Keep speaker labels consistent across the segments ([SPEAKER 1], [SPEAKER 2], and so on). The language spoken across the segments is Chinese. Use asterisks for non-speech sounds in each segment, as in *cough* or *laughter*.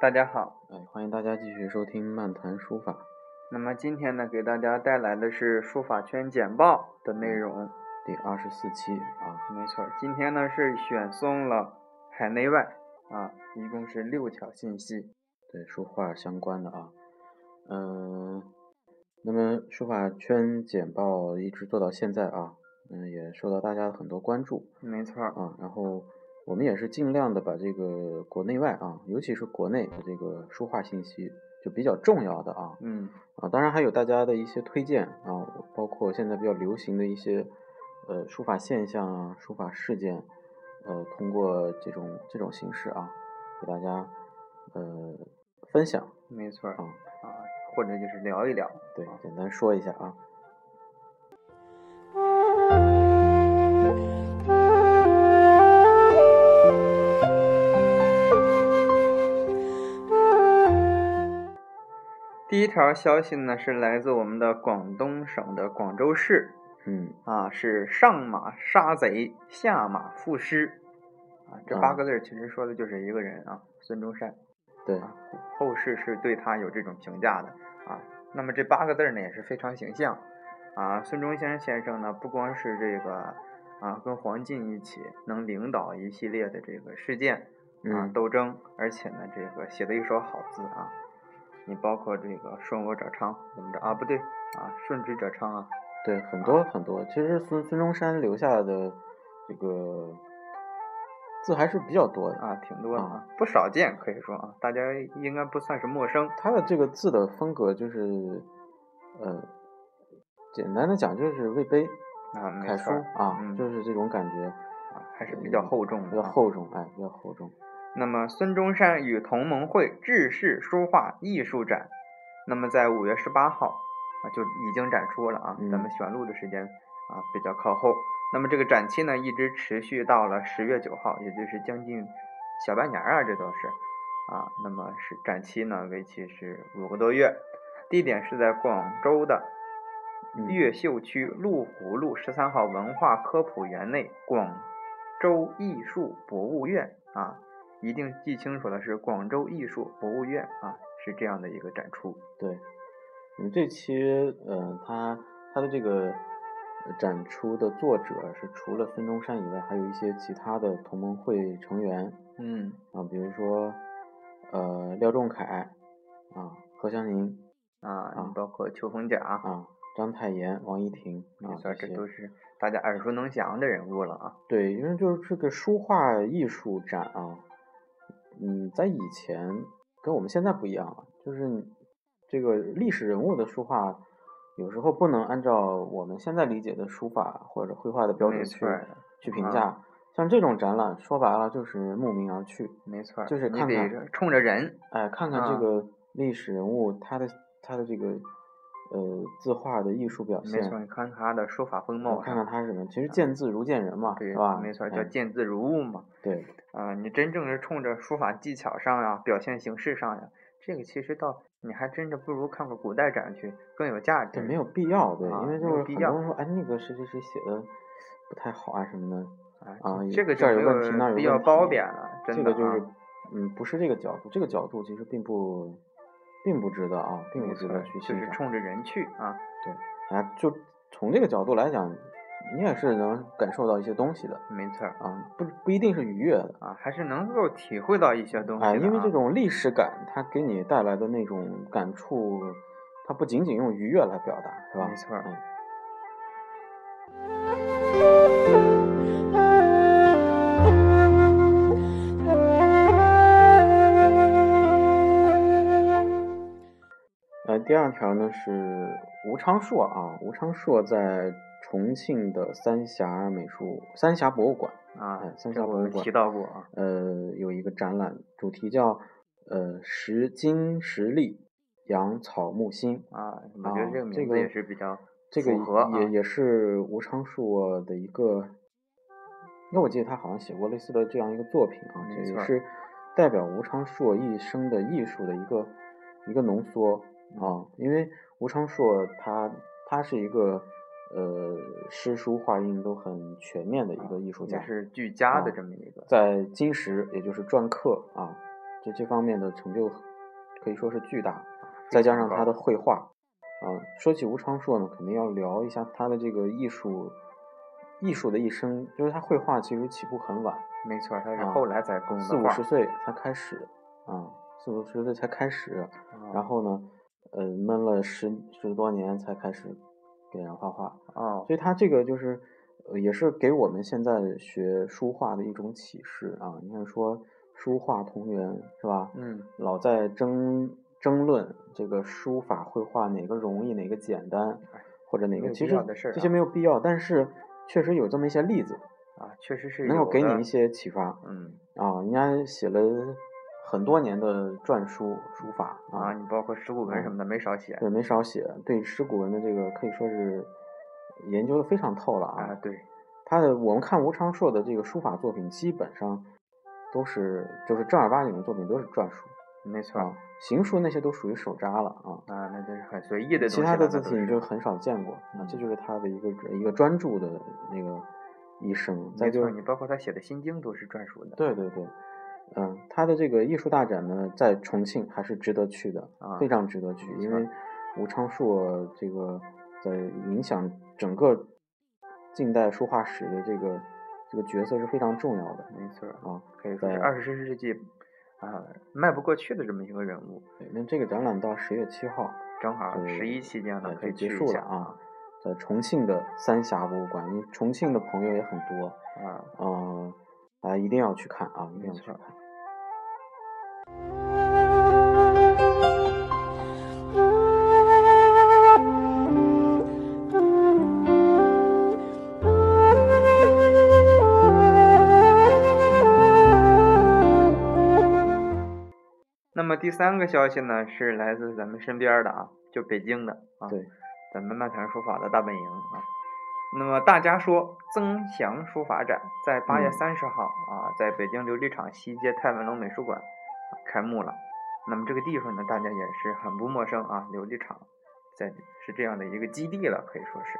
[SPEAKER 1] 呃
[SPEAKER 2] 家好。
[SPEAKER 1] 哎，欢迎大家继续收听《漫谈书法》。
[SPEAKER 2] 那么今天呢，给大家带来的是书法圈简报的内容。
[SPEAKER 1] 嗯第二十四期啊，
[SPEAKER 2] 没错，今天呢是选送了海内外啊，一共是六条信息。
[SPEAKER 1] 对书画相关的啊，嗯，那么书法圈简报一直做到现在啊，嗯，也受到大家很多关注
[SPEAKER 2] 没错，
[SPEAKER 1] 啊。然后我们也是尽量的把这个国内外啊，尤其是国内的这个书画信息，就比较重要的啊，
[SPEAKER 2] 嗯，
[SPEAKER 1] 啊，当然还有大家的一些推荐啊，包括现在比较流行的一些呃书法现象啊、书法事件，呃，通过这种这种形式啊，给大家呃分享
[SPEAKER 2] 没错
[SPEAKER 1] 啊，
[SPEAKER 2] 啊，或者就是聊一聊。
[SPEAKER 1] 对，简单说一下啊。
[SPEAKER 2] 第一条消息呢是来自我们的广东省的广州市
[SPEAKER 1] 嗯，
[SPEAKER 2] 啊，是上马杀贼，下马赋诗啊，这八
[SPEAKER 1] 啊
[SPEAKER 2] 个字儿其实说的就是一个人啊，孙中山。
[SPEAKER 1] 对，
[SPEAKER 2] 啊后世是对他有这种评价的啊。那么这八个字儿呢也是非常形象啊。孙中山先生呢，不光是这个啊，跟黄进一起能领导一系列的这个事件啊
[SPEAKER 1] 嗯，
[SPEAKER 2] 斗争，而且呢，这个写的一手好字啊。你包括这个顺我者昌怎么着啊？不对啊，顺之者昌啊。
[SPEAKER 1] 对，很多很多。其实孙孙中山留下的这个字还是比较多的。
[SPEAKER 2] 啊，挺多的啊，不少见，可以说啊，大家应该不算是陌生。
[SPEAKER 1] 他的这个字的风格就是，呃，简单的讲就是魏碑、
[SPEAKER 2] 啊，没
[SPEAKER 1] 楷书嗯
[SPEAKER 2] 错儿
[SPEAKER 1] 啊，
[SPEAKER 2] 嗯，
[SPEAKER 1] 就是这种感觉，
[SPEAKER 2] 啊还是比较厚重的、啊，
[SPEAKER 1] 比较厚重，哎，比较厚重。
[SPEAKER 2] 那么，孙中山与同盟会志式书画艺术展，那么在五月十八号啊就已经展出了啊，
[SPEAKER 1] 嗯
[SPEAKER 2] 咱们选录的时间啊比较靠后。那么这个展期呢，一直持续到了十月九号，也就是将近小半年儿啊，这都是啊。那么是展期呢，为期是五个多月，地点是在广州的
[SPEAKER 1] 嗯，
[SPEAKER 2] 越秀区路湖路十三号文化科普园内广州艺术博物院啊，一定记清楚了，是广州艺术博物院啊，是这样的一个展出。
[SPEAKER 1] 对，嗯，这期呃，他他的这个呃展出的作者是除了孙中山以外，还有一些其他的同盟会成员
[SPEAKER 2] 嗯，
[SPEAKER 1] 啊，比如说呃廖仲恺啊、何香凝
[SPEAKER 2] 啊，
[SPEAKER 1] 啊
[SPEAKER 2] 包括邱逢甲，
[SPEAKER 1] 啊、章太炎、王一婷
[SPEAKER 2] 没
[SPEAKER 1] 啊
[SPEAKER 2] 错，这
[SPEAKER 1] 些
[SPEAKER 2] 都是大家耳熟能详的人物了啊。
[SPEAKER 1] 对，因为就是这个书画艺术展啊，嗯，在以前跟我们现在不一样了，就是你这个历史人物的书画，有时候不能按照我们现在理解的书法或者绘画的标
[SPEAKER 2] 没
[SPEAKER 1] 准去
[SPEAKER 2] 错儿，
[SPEAKER 1] 去评
[SPEAKER 2] 啊
[SPEAKER 1] 价。像这种展览，说白了就是慕名而去，
[SPEAKER 2] 没错儿，
[SPEAKER 1] 就是
[SPEAKER 2] 你
[SPEAKER 1] 看看
[SPEAKER 2] 得冲着人，
[SPEAKER 1] 哎，看看
[SPEAKER 2] 啊
[SPEAKER 1] 这个历史人物他的他的这个呃字画的艺术表
[SPEAKER 2] 没
[SPEAKER 1] 现，
[SPEAKER 2] 错儿，你看他的书法风
[SPEAKER 1] 然后
[SPEAKER 2] 貌
[SPEAKER 1] 看
[SPEAKER 2] 上，
[SPEAKER 1] 看他是什么。其实见字如见人嘛，
[SPEAKER 2] 对
[SPEAKER 1] 是吧？，
[SPEAKER 2] 没错儿，
[SPEAKER 1] 哎
[SPEAKER 2] 叫见字如物嘛。
[SPEAKER 1] 对，
[SPEAKER 2] 啊、你真正是冲着书法技巧上呀、表现形式上呀，这个其实倒你还真的不如看个古代展去更有价值。
[SPEAKER 1] 对，没有必要，对，
[SPEAKER 2] 啊
[SPEAKER 1] 因为
[SPEAKER 2] 没
[SPEAKER 1] 就
[SPEAKER 2] 有
[SPEAKER 1] 是
[SPEAKER 2] 必
[SPEAKER 1] 很
[SPEAKER 2] 要
[SPEAKER 1] 多人说，哎，那个谁谁谁写的不太好啊什么的，
[SPEAKER 2] 啊
[SPEAKER 1] 啊，
[SPEAKER 2] 这个就
[SPEAKER 1] 这儿
[SPEAKER 2] 没
[SPEAKER 1] 有问题那儿有
[SPEAKER 2] 必要
[SPEAKER 1] 问题
[SPEAKER 2] 褒贬了，真
[SPEAKER 1] 这
[SPEAKER 2] 的、啊
[SPEAKER 1] 个就是，嗯，不是这个角度，这个角度其实并不，并不值得啊，并
[SPEAKER 2] 没
[SPEAKER 1] 不值
[SPEAKER 2] 错
[SPEAKER 1] 得
[SPEAKER 2] 儿，
[SPEAKER 1] 去
[SPEAKER 2] 就
[SPEAKER 1] 欣
[SPEAKER 2] 是
[SPEAKER 1] 赏
[SPEAKER 2] 冲着人去啊，
[SPEAKER 1] 啊。就从这个角度来讲，你也是能感受到一些东西的
[SPEAKER 2] 没错儿
[SPEAKER 1] 啊，不不一定是愉悦的，
[SPEAKER 2] 啊，还是能够体会到一些东西的、啊
[SPEAKER 1] 哎，因为这种历史感，它给你带来的那种感触，它不仅仅用愉悦来表达，是吧？
[SPEAKER 2] 没错儿
[SPEAKER 1] 嗯呃，第二条呢是吴昌硕啊，吴昌硕在重庆的三峡美术三峡博物馆，
[SPEAKER 2] 啊
[SPEAKER 1] 哎，三
[SPEAKER 2] 这
[SPEAKER 1] 峡
[SPEAKER 2] 我
[SPEAKER 1] 博物
[SPEAKER 2] 们
[SPEAKER 1] 馆
[SPEAKER 2] 提到过啊，
[SPEAKER 1] 呃，有一个展览，主题叫呃“十金十力养草木心
[SPEAKER 2] 啊，我觉得
[SPEAKER 1] 啊
[SPEAKER 2] 这个
[SPEAKER 1] 这
[SPEAKER 2] 名字也
[SPEAKER 1] 个
[SPEAKER 2] 是比较”，
[SPEAKER 1] 这个
[SPEAKER 2] 符合啊
[SPEAKER 1] 也也是吴昌硕的一个，因为我记得他好像写过类似的这样一个作品啊，
[SPEAKER 2] 没
[SPEAKER 1] 这
[SPEAKER 2] 错
[SPEAKER 1] 也
[SPEAKER 2] 儿
[SPEAKER 1] 是代表吴昌硕一生的艺术的一个一个浓缩啊，因为吴昌硕他他是一个。呃，诗书画印都很全面的一个艺术家，
[SPEAKER 2] 也是俱佳的
[SPEAKER 1] 啊
[SPEAKER 2] 这么一个，
[SPEAKER 1] 在金石，也就是篆刻啊，就这方面的成就可以说是巨大。啊再加上他的绘画，啊、说起吴昌硕呢，肯定要聊一下他的这个艺术，艺术的一生，就是他绘画其实起步很晚，
[SPEAKER 2] 没错，他是
[SPEAKER 1] 啊
[SPEAKER 2] 后来才攻的
[SPEAKER 1] 四五
[SPEAKER 2] 画
[SPEAKER 1] 十岁才开始，啊，四五十岁才开始，然后呢，呃，闷了十十多年才开始给人画画，
[SPEAKER 2] 哦，
[SPEAKER 1] 所以他这个就是，呃，也是给我们现在学书画的一种启示啊。你看说书画同源是吧？
[SPEAKER 2] 嗯，
[SPEAKER 1] 老在争争论这个书法绘画哪个容易哪个简单
[SPEAKER 2] 哎，
[SPEAKER 1] 或者哪
[SPEAKER 2] 没
[SPEAKER 1] 个
[SPEAKER 2] 有
[SPEAKER 1] 其
[SPEAKER 2] 必
[SPEAKER 1] 实
[SPEAKER 2] 要的事儿
[SPEAKER 1] 这
[SPEAKER 2] 啊
[SPEAKER 1] 些没有必要，但是确实有这么一些例子，
[SPEAKER 2] 啊，确实是
[SPEAKER 1] 能够
[SPEAKER 2] 有
[SPEAKER 1] 给
[SPEAKER 2] 的
[SPEAKER 1] 你一，些启发
[SPEAKER 2] 嗯
[SPEAKER 1] 啊。人家写了很多年的篆书书法
[SPEAKER 2] 啊，你包括石鼓文什
[SPEAKER 1] 嗯
[SPEAKER 2] 么的没少写
[SPEAKER 1] 对，没少写，对石鼓文的这个可以说是研究的非常透了
[SPEAKER 2] 啊，对，
[SPEAKER 1] 他的我们看吴昌硕的这个书法作品，基本上都是就是正儿八经的作品都是篆书
[SPEAKER 2] 没错
[SPEAKER 1] 啊，行书那些都属于手札了啊，
[SPEAKER 2] 啊，那就是很随意的东西
[SPEAKER 1] 嗯其
[SPEAKER 2] 了，
[SPEAKER 1] 他的字
[SPEAKER 2] 那都
[SPEAKER 1] 体你
[SPEAKER 2] 是嗯
[SPEAKER 1] 就很少见过啊，这就是他的一个一个专注的那个一生。再
[SPEAKER 2] 没
[SPEAKER 1] 就
[SPEAKER 2] 错，你包括他写的《心经》都是篆书的，
[SPEAKER 1] 对对对，嗯，他的这个艺术大展呢，在重庆还是值得去的，
[SPEAKER 2] 啊
[SPEAKER 1] 非常值得去，
[SPEAKER 2] 没
[SPEAKER 1] 因
[SPEAKER 2] 错
[SPEAKER 1] 为吴昌硕这个在影响整个近代书画史的这个这个角色是非常重要的。
[SPEAKER 2] 没错，
[SPEAKER 1] 啊，
[SPEAKER 2] 可以说是
[SPEAKER 1] 对
[SPEAKER 2] 二十世纪啊迈不过去的这么一个人物，
[SPEAKER 1] 对那这个展览到十月七号，
[SPEAKER 2] 正好
[SPEAKER 1] 对
[SPEAKER 2] 十一期间呢
[SPEAKER 1] 呃，
[SPEAKER 2] 可
[SPEAKER 1] 就
[SPEAKER 2] 以
[SPEAKER 1] 结
[SPEAKER 2] 去
[SPEAKER 1] 束
[SPEAKER 2] 一
[SPEAKER 1] 了
[SPEAKER 2] 下
[SPEAKER 1] 啊。在重庆的三峡博物馆，因为重庆的朋友也很多，
[SPEAKER 2] 啊，
[SPEAKER 1] 嗯、大家一定要去看啊，一定
[SPEAKER 2] 没
[SPEAKER 1] 要去
[SPEAKER 2] 错
[SPEAKER 1] 看。
[SPEAKER 2] 那么第三个消息呢，是来自咱们身边儿的啊，就北京的啊，
[SPEAKER 1] 对，
[SPEAKER 2] 咱们漫谈书法的大本营啊。那么大家说，曾祥书法展在八月
[SPEAKER 1] 嗯
[SPEAKER 2] 三十号、啊，在北京琉璃厂西街泰文楼美术馆、啊开幕了。那么这个地方呢，大家也是很不陌生啊，琉璃厂在是这样的一个基地了，可以说是。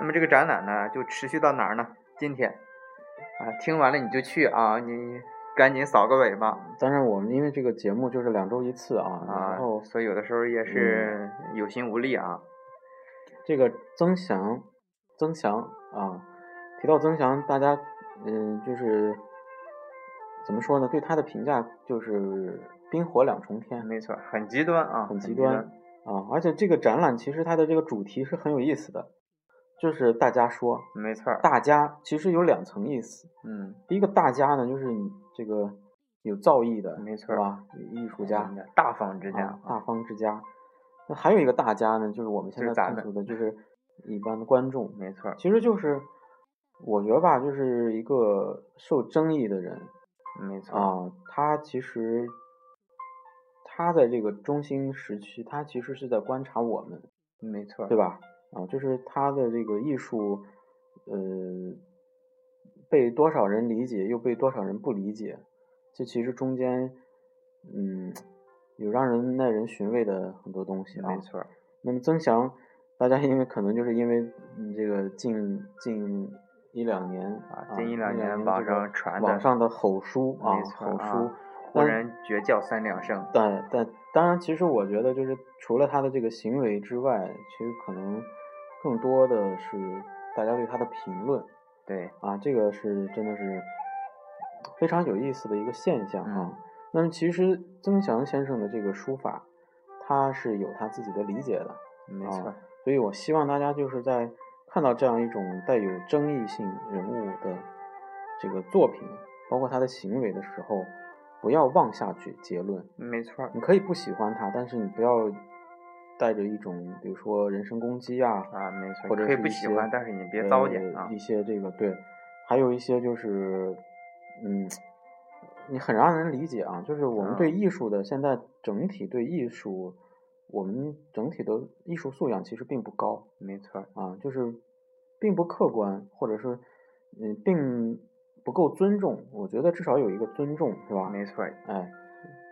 [SPEAKER 2] 那么这个展览呢，就持续到哪儿呢？今天啊，听完了你就去啊，你赶紧扫个尾巴。
[SPEAKER 1] 当然，我们因为这个节目就是两周一次啊，
[SPEAKER 2] 啊
[SPEAKER 1] 然后，嗯
[SPEAKER 2] 所以有的时候也是有心无力啊。
[SPEAKER 1] 这个曾祥，曾祥啊，提到曾祥，大家嗯，就是怎么说呢？对他的评价就是冰火两重天，
[SPEAKER 2] 没错，很极端啊，
[SPEAKER 1] 很极
[SPEAKER 2] 极
[SPEAKER 1] 端啊！而且这个展览其实它的这个主题是很有意思的，就是大家说，
[SPEAKER 2] 没错儿，
[SPEAKER 1] 大家其实有两层意思。
[SPEAKER 2] 嗯，
[SPEAKER 1] 第一个大家呢，就是你这个有造诣的，
[SPEAKER 2] 没
[SPEAKER 1] 是
[SPEAKER 2] 错儿
[SPEAKER 1] 吧？艺术家
[SPEAKER 2] 真的嗯大方之家
[SPEAKER 1] 啊，大方之家。那还有一个大家呢，就是我们现
[SPEAKER 2] 就
[SPEAKER 1] 在
[SPEAKER 2] 是咱
[SPEAKER 1] 看
[SPEAKER 2] 们
[SPEAKER 1] 出的，就是一般的观众，
[SPEAKER 2] 没错儿，
[SPEAKER 1] 其实就是我觉得吧，就是一个受争议的人，
[SPEAKER 2] 没错儿，
[SPEAKER 1] 啊，他其实他在这个中心时期，他其实是在观察我们，
[SPEAKER 2] 没错儿，
[SPEAKER 1] 对吧？啊，就是他的这个艺术，呃，被多少人理解，又被多少人不理解，这其实中间，嗯，有让人耐人寻味的很多东西啊。
[SPEAKER 2] 没错儿，
[SPEAKER 1] 那么曾祥，大家因为可能就是因为嗯这个近近一两年
[SPEAKER 2] 啊近一两
[SPEAKER 1] 两
[SPEAKER 2] 年
[SPEAKER 1] 这
[SPEAKER 2] 网
[SPEAKER 1] 个
[SPEAKER 2] 上传的
[SPEAKER 1] 网上的吼书啊
[SPEAKER 2] 没错
[SPEAKER 1] 吼
[SPEAKER 2] 啊
[SPEAKER 1] 书，
[SPEAKER 2] 忽
[SPEAKER 1] 但
[SPEAKER 2] 然绝叫三两声，
[SPEAKER 1] 但但当然，其实我觉得就是除了他的这个行为之外，其实可能更多的是大家对他的评论
[SPEAKER 2] 对，
[SPEAKER 1] 啊，这个是真的是非常有意思的一个现象啊。
[SPEAKER 2] 嗯
[SPEAKER 1] 那么其实曾祥先生的这个书法，他是有他自己的理解的。
[SPEAKER 2] 没
[SPEAKER 1] 啊
[SPEAKER 2] 错儿，
[SPEAKER 1] 所以我希望大家就是在看到这样一种带有争议性人物的这个作品，包括他的行为的时候，不要妄下去结论。
[SPEAKER 2] 没错儿
[SPEAKER 1] 你可以不喜欢他，但是你不要带着一种比如说人身攻击啊，
[SPEAKER 2] 啊，没错儿，
[SPEAKER 1] 或者
[SPEAKER 2] 可以
[SPEAKER 1] 是
[SPEAKER 2] 不
[SPEAKER 1] 一
[SPEAKER 2] 喜
[SPEAKER 1] 些
[SPEAKER 2] 欢，但是你别糟践
[SPEAKER 1] 呃
[SPEAKER 2] 啊
[SPEAKER 1] 一，些这个对，还有一些就是，嗯，你很让人理解啊，就是我们
[SPEAKER 2] 嗯
[SPEAKER 1] 对艺术的、现在整体对艺术，我们整体的艺术素养其实并不高
[SPEAKER 2] 没错儿，
[SPEAKER 1] 啊，就是并不客观，或者是嗯，并不够尊重。我觉得至少有一个尊重，是吧？
[SPEAKER 2] 没错儿。
[SPEAKER 1] 哎，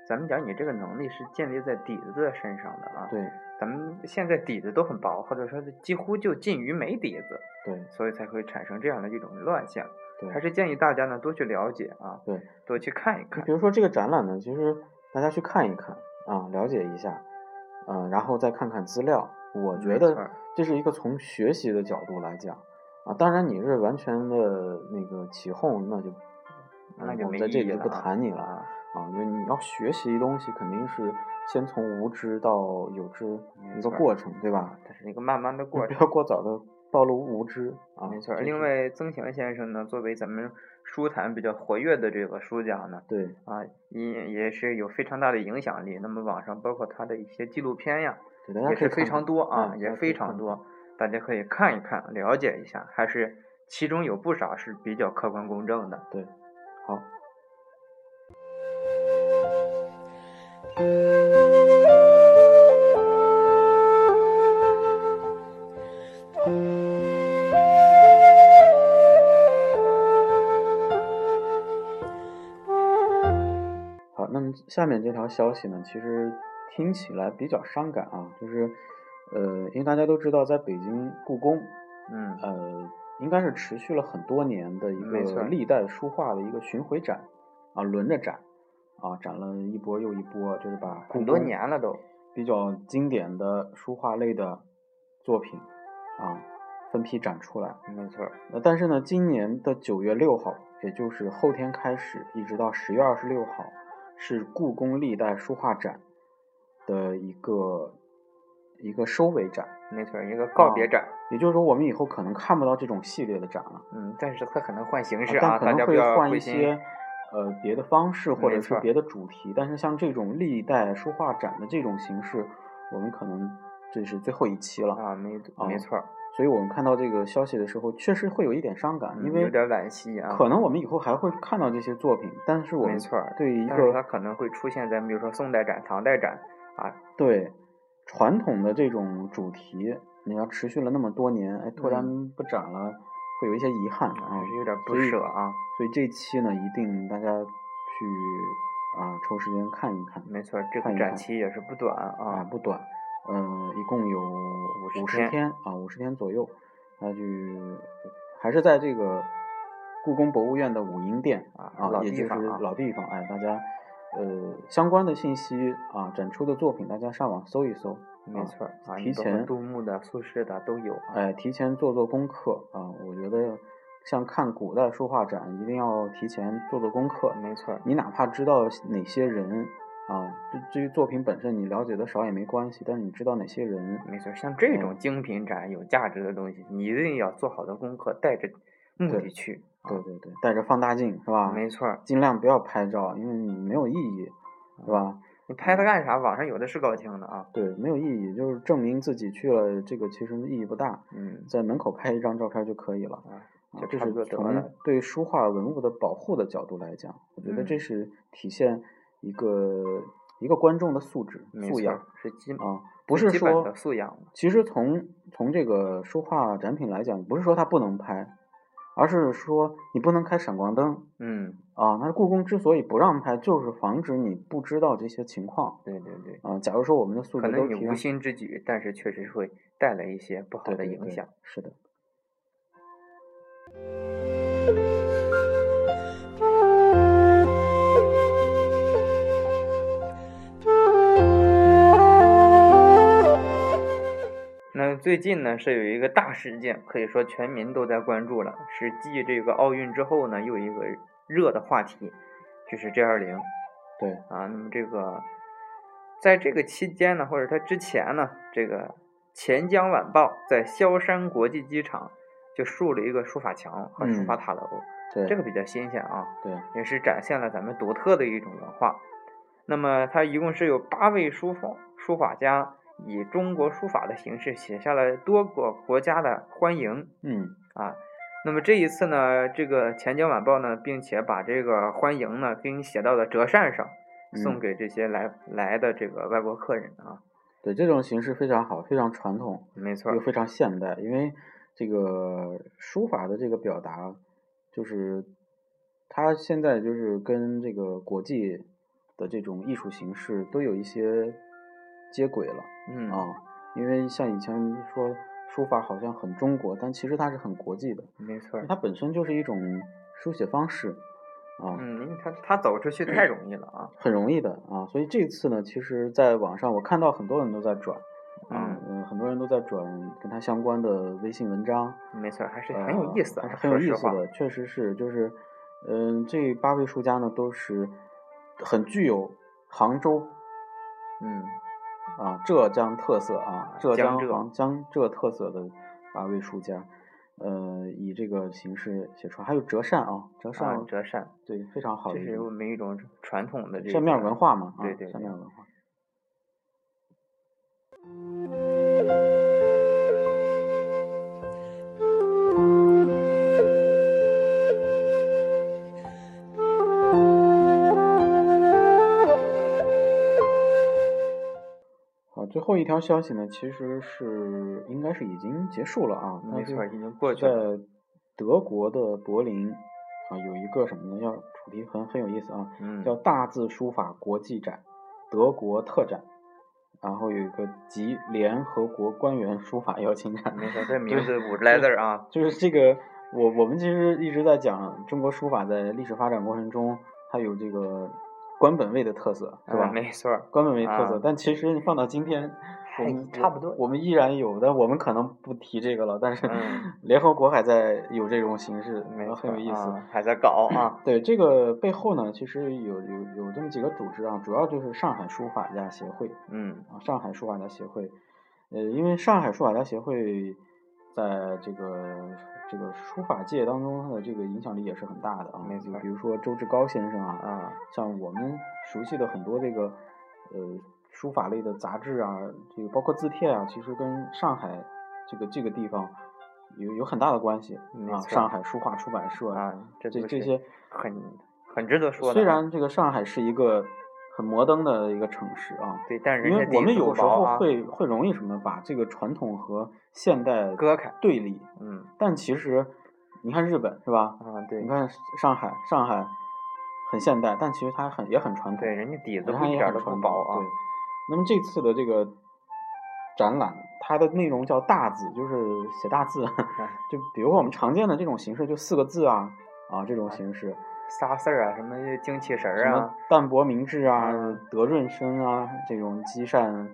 [SPEAKER 2] 咱们讲你这个能力是建立在底子身上的啊，
[SPEAKER 1] 对
[SPEAKER 2] 咱们现在底子都很薄，或者说是几乎就近于没底子，
[SPEAKER 1] 对
[SPEAKER 2] 所以才会产生这样的一种乱象。还
[SPEAKER 1] 对。
[SPEAKER 2] 是建议大家呢多去了解啊，
[SPEAKER 1] 对，
[SPEAKER 2] 多去看一
[SPEAKER 1] 你
[SPEAKER 2] 看
[SPEAKER 1] 比。如说这个展览呢，其实大家去看一看啊，了解一下，嗯、然后再看看资料。我觉
[SPEAKER 2] 没
[SPEAKER 1] 得
[SPEAKER 2] 错儿
[SPEAKER 1] 这是一个从学习的角度来讲啊，当然你是完全的那个起哄，那就
[SPEAKER 2] 那
[SPEAKER 1] 嗯
[SPEAKER 2] 就
[SPEAKER 1] 我
[SPEAKER 2] 没
[SPEAKER 1] 们在
[SPEAKER 2] 意
[SPEAKER 1] 这
[SPEAKER 2] 义
[SPEAKER 1] 里就
[SPEAKER 2] 了
[SPEAKER 1] 不
[SPEAKER 2] 啊
[SPEAKER 1] 谈你了
[SPEAKER 2] 啊，
[SPEAKER 1] 啊，因为你要学习东西，肯定是先从无知到有知
[SPEAKER 2] 没
[SPEAKER 1] 一个
[SPEAKER 2] 错儿
[SPEAKER 1] 过程，对吧？
[SPEAKER 2] 这是一个慢慢的
[SPEAKER 1] 你
[SPEAKER 2] 过
[SPEAKER 1] 不
[SPEAKER 2] 程。
[SPEAKER 1] 要过早的暴露无知啊，
[SPEAKER 2] 没错儿，
[SPEAKER 1] 这
[SPEAKER 2] 另
[SPEAKER 1] 是
[SPEAKER 2] 外曾行先生呢，作为咱们书坛比较活跃的这个书家呢，
[SPEAKER 1] 对
[SPEAKER 2] 啊，也也是有非常大的影响力。那么网上包括他的一些纪录片呀，
[SPEAKER 1] 对，大家
[SPEAKER 2] 也
[SPEAKER 1] 可以
[SPEAKER 2] 是非
[SPEAKER 1] 看看
[SPEAKER 2] 常多啊，
[SPEAKER 1] 嗯大
[SPEAKER 2] 也
[SPEAKER 1] 家可
[SPEAKER 2] 非
[SPEAKER 1] 以
[SPEAKER 2] 常
[SPEAKER 1] 看
[SPEAKER 2] 多，大家可以看一看，了解一下，还是其中有不少是比较客观公正的。
[SPEAKER 1] 对，好。好，那么下面这条消息呢，其实听起来比较伤感啊，就是，呃，因为大家都知道，在北京故宫
[SPEAKER 2] 嗯，
[SPEAKER 1] 呃，应该是持续了很多年的一
[SPEAKER 2] 没错
[SPEAKER 1] 个历代书画的一个巡回展，啊，轮着展，啊，展了一波又一波，就是把故
[SPEAKER 2] 很多
[SPEAKER 1] 宫
[SPEAKER 2] 年了都。
[SPEAKER 1] 比较经典的书画类的作品，啊，分批展出来。
[SPEAKER 2] 没错儿，
[SPEAKER 1] 那呃但是呢，今年的九月六号，也就是后天开始，一直到十月二十六号，是故宫历代书画展的一个一个收尾展。
[SPEAKER 2] 没错儿，一个告别
[SPEAKER 1] 啊
[SPEAKER 2] 展。
[SPEAKER 1] 也就是说，我们以后可能看不到这种系列的展了。
[SPEAKER 2] 嗯，但是它可能换形
[SPEAKER 1] 啊
[SPEAKER 2] 式
[SPEAKER 1] 但
[SPEAKER 2] 啊，
[SPEAKER 1] 可
[SPEAKER 2] 大
[SPEAKER 1] 能
[SPEAKER 2] 家不
[SPEAKER 1] 会
[SPEAKER 2] 要
[SPEAKER 1] 换
[SPEAKER 2] 灰
[SPEAKER 1] 一
[SPEAKER 2] 心嗯
[SPEAKER 1] 些。呃别的方式或
[SPEAKER 2] 没
[SPEAKER 1] 者
[SPEAKER 2] 错
[SPEAKER 1] 是
[SPEAKER 2] 儿
[SPEAKER 1] 别的主题，但是像这种历代书画展的这种形式，我们可能这是最后一期了。
[SPEAKER 2] 啊，没
[SPEAKER 1] 啊
[SPEAKER 2] 没错儿，
[SPEAKER 1] 所以我们看到这个消息的时候，确实会有一点伤感，因
[SPEAKER 2] 嗯
[SPEAKER 1] 为
[SPEAKER 2] 有点惋惜啊。
[SPEAKER 1] 可能我们以后还会看到这些作品，但是我
[SPEAKER 2] 没
[SPEAKER 1] 们
[SPEAKER 2] 错儿
[SPEAKER 1] 对一
[SPEAKER 2] 但是
[SPEAKER 1] 个
[SPEAKER 2] 它可能会出现在比如说宋代展、唐代展啊，
[SPEAKER 1] 对传统的这种主题，你要持续了那么多年，哎，
[SPEAKER 2] 嗯
[SPEAKER 1] 突然不展了，会有一些遗憾
[SPEAKER 2] 啊
[SPEAKER 1] 啊
[SPEAKER 2] 还。是有点不
[SPEAKER 1] 所以
[SPEAKER 2] 舍啊。
[SPEAKER 1] 所以这期呢，一定大家去啊抽时间看一看
[SPEAKER 2] 没错儿，这
[SPEAKER 1] 看
[SPEAKER 2] 个
[SPEAKER 1] 一
[SPEAKER 2] 展
[SPEAKER 1] 看
[SPEAKER 2] 期也是不短
[SPEAKER 1] 啊，
[SPEAKER 2] 啊。
[SPEAKER 1] 不短，嗯、一共有
[SPEAKER 2] 十
[SPEAKER 1] 五十
[SPEAKER 2] 天
[SPEAKER 1] 天啊，五十天左右，那就还是在这个故宫博物院的武英殿
[SPEAKER 2] 啊
[SPEAKER 1] 啊
[SPEAKER 2] 老，
[SPEAKER 1] 也
[SPEAKER 2] 地
[SPEAKER 1] 就
[SPEAKER 2] 方
[SPEAKER 1] 是
[SPEAKER 2] 啊
[SPEAKER 1] 老地方，哎，大家呃相关的信息啊，展出的作品大家上网搜一搜，
[SPEAKER 2] 没
[SPEAKER 1] 啊
[SPEAKER 2] 错儿啊，
[SPEAKER 1] 提
[SPEAKER 2] 包括
[SPEAKER 1] 前
[SPEAKER 2] 杜牧的、苏轼的都有啊。
[SPEAKER 1] 哎，提前做做功课啊，我觉得像看古代书画展，一定要提前做做功课，
[SPEAKER 2] 没错儿，
[SPEAKER 1] 你哪怕知道哪些人啊，对至于作品本身你了解的少也没关系，但是你知道哪些人，
[SPEAKER 2] 没错儿，像这种
[SPEAKER 1] 嗯
[SPEAKER 2] 精品展有价值的东西，你一定要做好的功课，带着目
[SPEAKER 1] 对
[SPEAKER 2] 的去。啊
[SPEAKER 1] 对啊对对，带着放大镜是吧？
[SPEAKER 2] 没错儿，
[SPEAKER 1] 尽量不要拍照，因为你没有意义，是吧？
[SPEAKER 2] 你
[SPEAKER 1] 嗯
[SPEAKER 2] 拍它干啥？网上有的是高清的啊。
[SPEAKER 1] 对，没有意义，就是证明自己去了，这个其实意义不大，
[SPEAKER 2] 嗯，
[SPEAKER 1] 在门口拍一张照片就可以了。
[SPEAKER 2] 啊，
[SPEAKER 1] 啊
[SPEAKER 2] 就，
[SPEAKER 1] 这
[SPEAKER 2] 差不
[SPEAKER 1] 是
[SPEAKER 2] 多得了
[SPEAKER 1] 从。对书画文物的保护的角度来讲，我觉得
[SPEAKER 2] 嗯
[SPEAKER 1] 这是体现一个一个观众的素质
[SPEAKER 2] 没
[SPEAKER 1] 素
[SPEAKER 2] 错
[SPEAKER 1] 养
[SPEAKER 2] 儿，是基
[SPEAKER 1] 啊，不
[SPEAKER 2] 最
[SPEAKER 1] 是
[SPEAKER 2] 基本
[SPEAKER 1] 说
[SPEAKER 2] 的素养嘛
[SPEAKER 1] 其实从从这个书画展品来讲，不是说它不能拍，而是说你不能开闪光灯
[SPEAKER 2] 嗯，
[SPEAKER 1] 啊。那故宫之所以不让拍，就是防止你不知道这些情况
[SPEAKER 2] 对对对。
[SPEAKER 1] 啊。假如说我们的素
[SPEAKER 2] 可
[SPEAKER 1] 质都
[SPEAKER 2] 能你
[SPEAKER 1] 提
[SPEAKER 2] 无
[SPEAKER 1] 升，
[SPEAKER 2] 心之举，但是确实会带来一些不好
[SPEAKER 1] 对
[SPEAKER 2] 的
[SPEAKER 1] 对
[SPEAKER 2] 影
[SPEAKER 1] 对
[SPEAKER 2] 响。
[SPEAKER 1] 是的。
[SPEAKER 2] 那最近呢是有一个大事件，可以说全民都在关注了，是继这个奥运之后呢又一个热的话题，就是 G 2 0
[SPEAKER 1] 对，
[SPEAKER 2] 啊。那么这个在这个期间呢，或者它之前呢，这个钱江晚报在萧山国际机场就竖了一个书法墙和书法
[SPEAKER 1] 嗯
[SPEAKER 2] 塔楼，
[SPEAKER 1] 对，
[SPEAKER 2] 这个比较新鲜啊。
[SPEAKER 1] 对，
[SPEAKER 2] 也是展现了咱们独特的一种文化。那么，它一共是有八位书法书法家以中国书法的形式写下了多个国家的欢迎
[SPEAKER 1] 嗯，
[SPEAKER 2] 啊。那么这一次呢，这个《钱江晚报》呢，并且把这个欢迎呢给你写到了折扇上，送
[SPEAKER 1] 嗯
[SPEAKER 2] 给这些来来的这个外国客人啊。
[SPEAKER 1] 对，这种形式非常好，非常传统。
[SPEAKER 2] 没错
[SPEAKER 1] 又，非常现代，因为这个书法的这个表达，就是它现在就是跟这个国际的这种艺术形式都有一些接轨了
[SPEAKER 2] 嗯，
[SPEAKER 1] 啊。因为像以前说书法好像很 *laughs* 中国，但其实它是很国际的，
[SPEAKER 2] 没错，
[SPEAKER 1] 它本身就是一种书写方式啊，
[SPEAKER 2] 嗯，因为他他走出去太容易了啊，
[SPEAKER 1] 很容易的啊。所以这次呢，其实在网上我看到很多人都在转啊，嗯、很多人都在转跟他相关的微信文章，
[SPEAKER 2] 没错，还是很有意思的，
[SPEAKER 1] 嗯还呃是很有
[SPEAKER 2] 说
[SPEAKER 1] 意
[SPEAKER 2] 实
[SPEAKER 1] 思
[SPEAKER 2] 话
[SPEAKER 1] 的，确实是，就是，嗯，这八位术家呢都是很具有杭州
[SPEAKER 2] 嗯，
[SPEAKER 1] 啊浙江特色啊浙江
[SPEAKER 2] 江浙
[SPEAKER 1] 杭江浙特色的八位术家，呃，以这个形式写出来，还有折扇啊，折扇、
[SPEAKER 2] 啊，折扇，
[SPEAKER 1] 对非常好
[SPEAKER 2] 这
[SPEAKER 1] 的一
[SPEAKER 2] 是我
[SPEAKER 1] 种
[SPEAKER 2] 们一种传统的这
[SPEAKER 1] 扇面
[SPEAKER 2] 个
[SPEAKER 1] 文化嘛，啊
[SPEAKER 2] 对对
[SPEAKER 1] 扇
[SPEAKER 2] 对
[SPEAKER 1] 面文化。好，最后一条消息呢，其实是应该是已经结束了啊，但
[SPEAKER 2] 嗯没
[SPEAKER 1] 是
[SPEAKER 2] 错，已经过去
[SPEAKER 1] 在
[SPEAKER 2] 了。
[SPEAKER 1] 德国的柏林啊，有一个什么呢？要主题很很有意思啊，
[SPEAKER 2] 嗯，
[SPEAKER 1] 叫大字书法国际展，德国特展，然后有一个集联合国官员书法邀请展。
[SPEAKER 2] 没错，这名字五十来字儿啊，
[SPEAKER 1] 就是这个，我我们其实一直在讲中国书法在历史发展过程中，它有这个官本位的特色，是吧？
[SPEAKER 2] 嗯没错儿，哎
[SPEAKER 1] 官本位特色，
[SPEAKER 2] 啊
[SPEAKER 1] 但其实你放到今天，我们
[SPEAKER 2] 差不多
[SPEAKER 1] 我们依然有，但我们可能不提这个了。但是
[SPEAKER 2] 嗯
[SPEAKER 1] *laughs* 联合国还在有这种形式，
[SPEAKER 2] 没
[SPEAKER 1] 然后很
[SPEAKER 2] 错
[SPEAKER 1] 有
[SPEAKER 2] 儿
[SPEAKER 1] 意思。
[SPEAKER 2] 啊，还在搞啊，
[SPEAKER 1] 对这个背后呢，其实有有有这么几个组织啊，主要就是上海书法家协会
[SPEAKER 2] 嗯，
[SPEAKER 1] 啊，上海书法家协会，呃，因为上海书法家协会在这个这个书法界当中，它的这个影响力也是很大的啊。
[SPEAKER 2] 没
[SPEAKER 1] 就
[SPEAKER 2] 错
[SPEAKER 1] 比如说周志高先生啊，
[SPEAKER 2] 啊，
[SPEAKER 1] 像我们熟悉的很多这个呃书法类的杂志啊，这个包括字帖啊，其实跟上海这个这个地方有有很大的关系
[SPEAKER 2] 没
[SPEAKER 1] 啊。
[SPEAKER 2] 错
[SPEAKER 1] 上海书画出版社
[SPEAKER 2] 啊，这
[SPEAKER 1] 这
[SPEAKER 2] 都
[SPEAKER 1] 这
[SPEAKER 2] 是
[SPEAKER 1] 些
[SPEAKER 2] 很很值得说的啊。
[SPEAKER 1] 虽然这个上海是一个很摩登的一个城市啊，
[SPEAKER 2] 对，但是
[SPEAKER 1] 因
[SPEAKER 2] 人
[SPEAKER 1] 为
[SPEAKER 2] 家
[SPEAKER 1] 我
[SPEAKER 2] 底
[SPEAKER 1] 们
[SPEAKER 2] 子
[SPEAKER 1] 有
[SPEAKER 2] 不
[SPEAKER 1] 时
[SPEAKER 2] 薄
[SPEAKER 1] 候
[SPEAKER 2] 啊
[SPEAKER 1] 会会容易什么把这个传统和现代
[SPEAKER 2] 割开，
[SPEAKER 1] 对立，
[SPEAKER 2] 嗯
[SPEAKER 1] 但其实你看日本是吧？
[SPEAKER 2] 啊，对
[SPEAKER 1] 你，看上海，上海很现代，但其实它很也很传统，
[SPEAKER 2] 对，人家底子
[SPEAKER 1] 人
[SPEAKER 2] 不
[SPEAKER 1] 家
[SPEAKER 2] 一
[SPEAKER 1] 也
[SPEAKER 2] 点儿
[SPEAKER 1] 很
[SPEAKER 2] 都不
[SPEAKER 1] 传
[SPEAKER 2] 薄
[SPEAKER 1] 统
[SPEAKER 2] 啊
[SPEAKER 1] 对，，那么这次的这个展览，它的内容叫大字，就是写大字， *laughs*
[SPEAKER 2] 哎
[SPEAKER 1] 就比如说我们常见的这种形式，就四个字啊啊这种形式。
[SPEAKER 2] 仨字儿啊，什么精气神儿
[SPEAKER 1] 什么
[SPEAKER 2] 啊，
[SPEAKER 1] 淡泊明志啊、
[SPEAKER 2] 嗯
[SPEAKER 1] 德润生啊这种积善，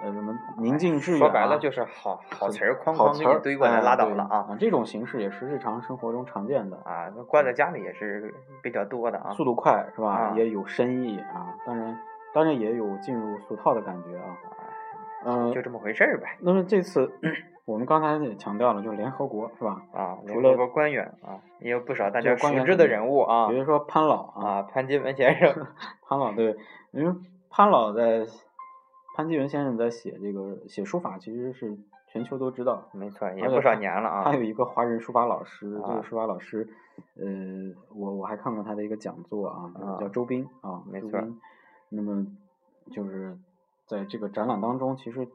[SPEAKER 1] 呃，什么宁静致远、啊
[SPEAKER 2] 说白了就是好好词儿哐
[SPEAKER 1] 好
[SPEAKER 2] 哐
[SPEAKER 1] 词
[SPEAKER 2] 给
[SPEAKER 1] 儿
[SPEAKER 2] 你堆过来
[SPEAKER 1] 哎
[SPEAKER 2] 拉倒
[SPEAKER 1] 对
[SPEAKER 2] 了啊
[SPEAKER 1] 这种形式也是日常生活中常见的，
[SPEAKER 2] 啊，那挂在家里也是比较多的啊，
[SPEAKER 1] 速度快是吧？
[SPEAKER 2] 啊
[SPEAKER 1] 也有深意啊，当然，当然也有进入俗套的感觉啊。嗯、
[SPEAKER 2] 就这么回事儿呗
[SPEAKER 1] 那么这次 *clears throat* 我们刚才也强调了，就是联合国是吧？
[SPEAKER 2] 啊，
[SPEAKER 1] 除
[SPEAKER 2] 联
[SPEAKER 1] 了
[SPEAKER 2] 合国官员啊，也有不少大
[SPEAKER 1] 这个
[SPEAKER 2] 家
[SPEAKER 1] 官
[SPEAKER 2] 熟
[SPEAKER 1] 员
[SPEAKER 2] 知
[SPEAKER 1] 肯
[SPEAKER 2] 的
[SPEAKER 1] 定
[SPEAKER 2] 人物啊
[SPEAKER 1] 比如说潘老啊，
[SPEAKER 2] 啊，潘金文先生
[SPEAKER 1] *laughs* 潘老对，因为潘老在潘基文先生在写这个写书法，其实是全球都知道。
[SPEAKER 2] 没错，也
[SPEAKER 1] 而且
[SPEAKER 2] 不少
[SPEAKER 1] 他
[SPEAKER 2] 年了啊
[SPEAKER 1] 他，有一个华人书法老师，这
[SPEAKER 2] 啊
[SPEAKER 1] 个书法老师，呃，我我还看过他的一个讲座啊，
[SPEAKER 2] 啊
[SPEAKER 1] 叫周斌啊，
[SPEAKER 2] 没
[SPEAKER 1] 周
[SPEAKER 2] 错
[SPEAKER 1] 斌。那么就是在这个展览当中，其实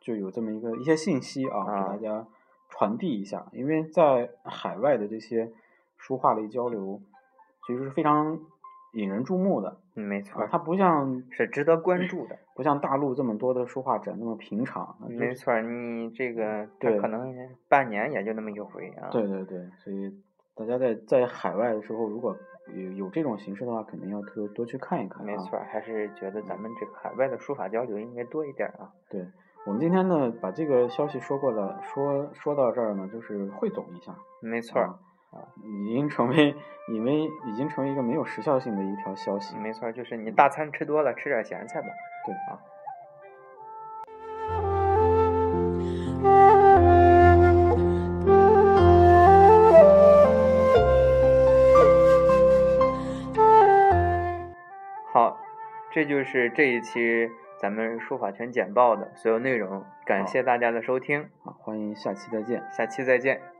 [SPEAKER 1] 就有这么一个一些信息啊，
[SPEAKER 2] 啊
[SPEAKER 1] 给大家传递一下，因为在海外的这些书画类交流，其实是非常引人注目的。
[SPEAKER 2] 嗯没
[SPEAKER 1] 啊
[SPEAKER 2] 错，，
[SPEAKER 1] 它不像
[SPEAKER 2] 是值得关注的，
[SPEAKER 1] 不像大陆这么多的书画展那么平常。啊
[SPEAKER 2] 没
[SPEAKER 1] 就是
[SPEAKER 2] 错，你这个他
[SPEAKER 1] 对
[SPEAKER 2] 可能半年也就那么一回啊，
[SPEAKER 1] 对对对，所以大家在在海外的时候，如果有有这种形式的话，肯定要多多去看一看、啊。
[SPEAKER 2] 没错，还是觉得咱们这个海外的书法交流应该多一点啊。
[SPEAKER 1] 对我们今天呢，把这个消息说过了，说说到这儿呢，就是汇总一下。
[SPEAKER 2] 没错儿，
[SPEAKER 1] 啊，已经成为已为已经成为一个没有时效性的一条消息。
[SPEAKER 2] 没错儿，就是你大餐吃多了，吃点咸菜吧。
[SPEAKER 1] 对
[SPEAKER 2] 啊，好，这就是这一期咱们书法权简报的所有内容。感
[SPEAKER 1] 好
[SPEAKER 2] 谢大家的收听，
[SPEAKER 1] 啊，欢迎下期再见。
[SPEAKER 2] 下期再见。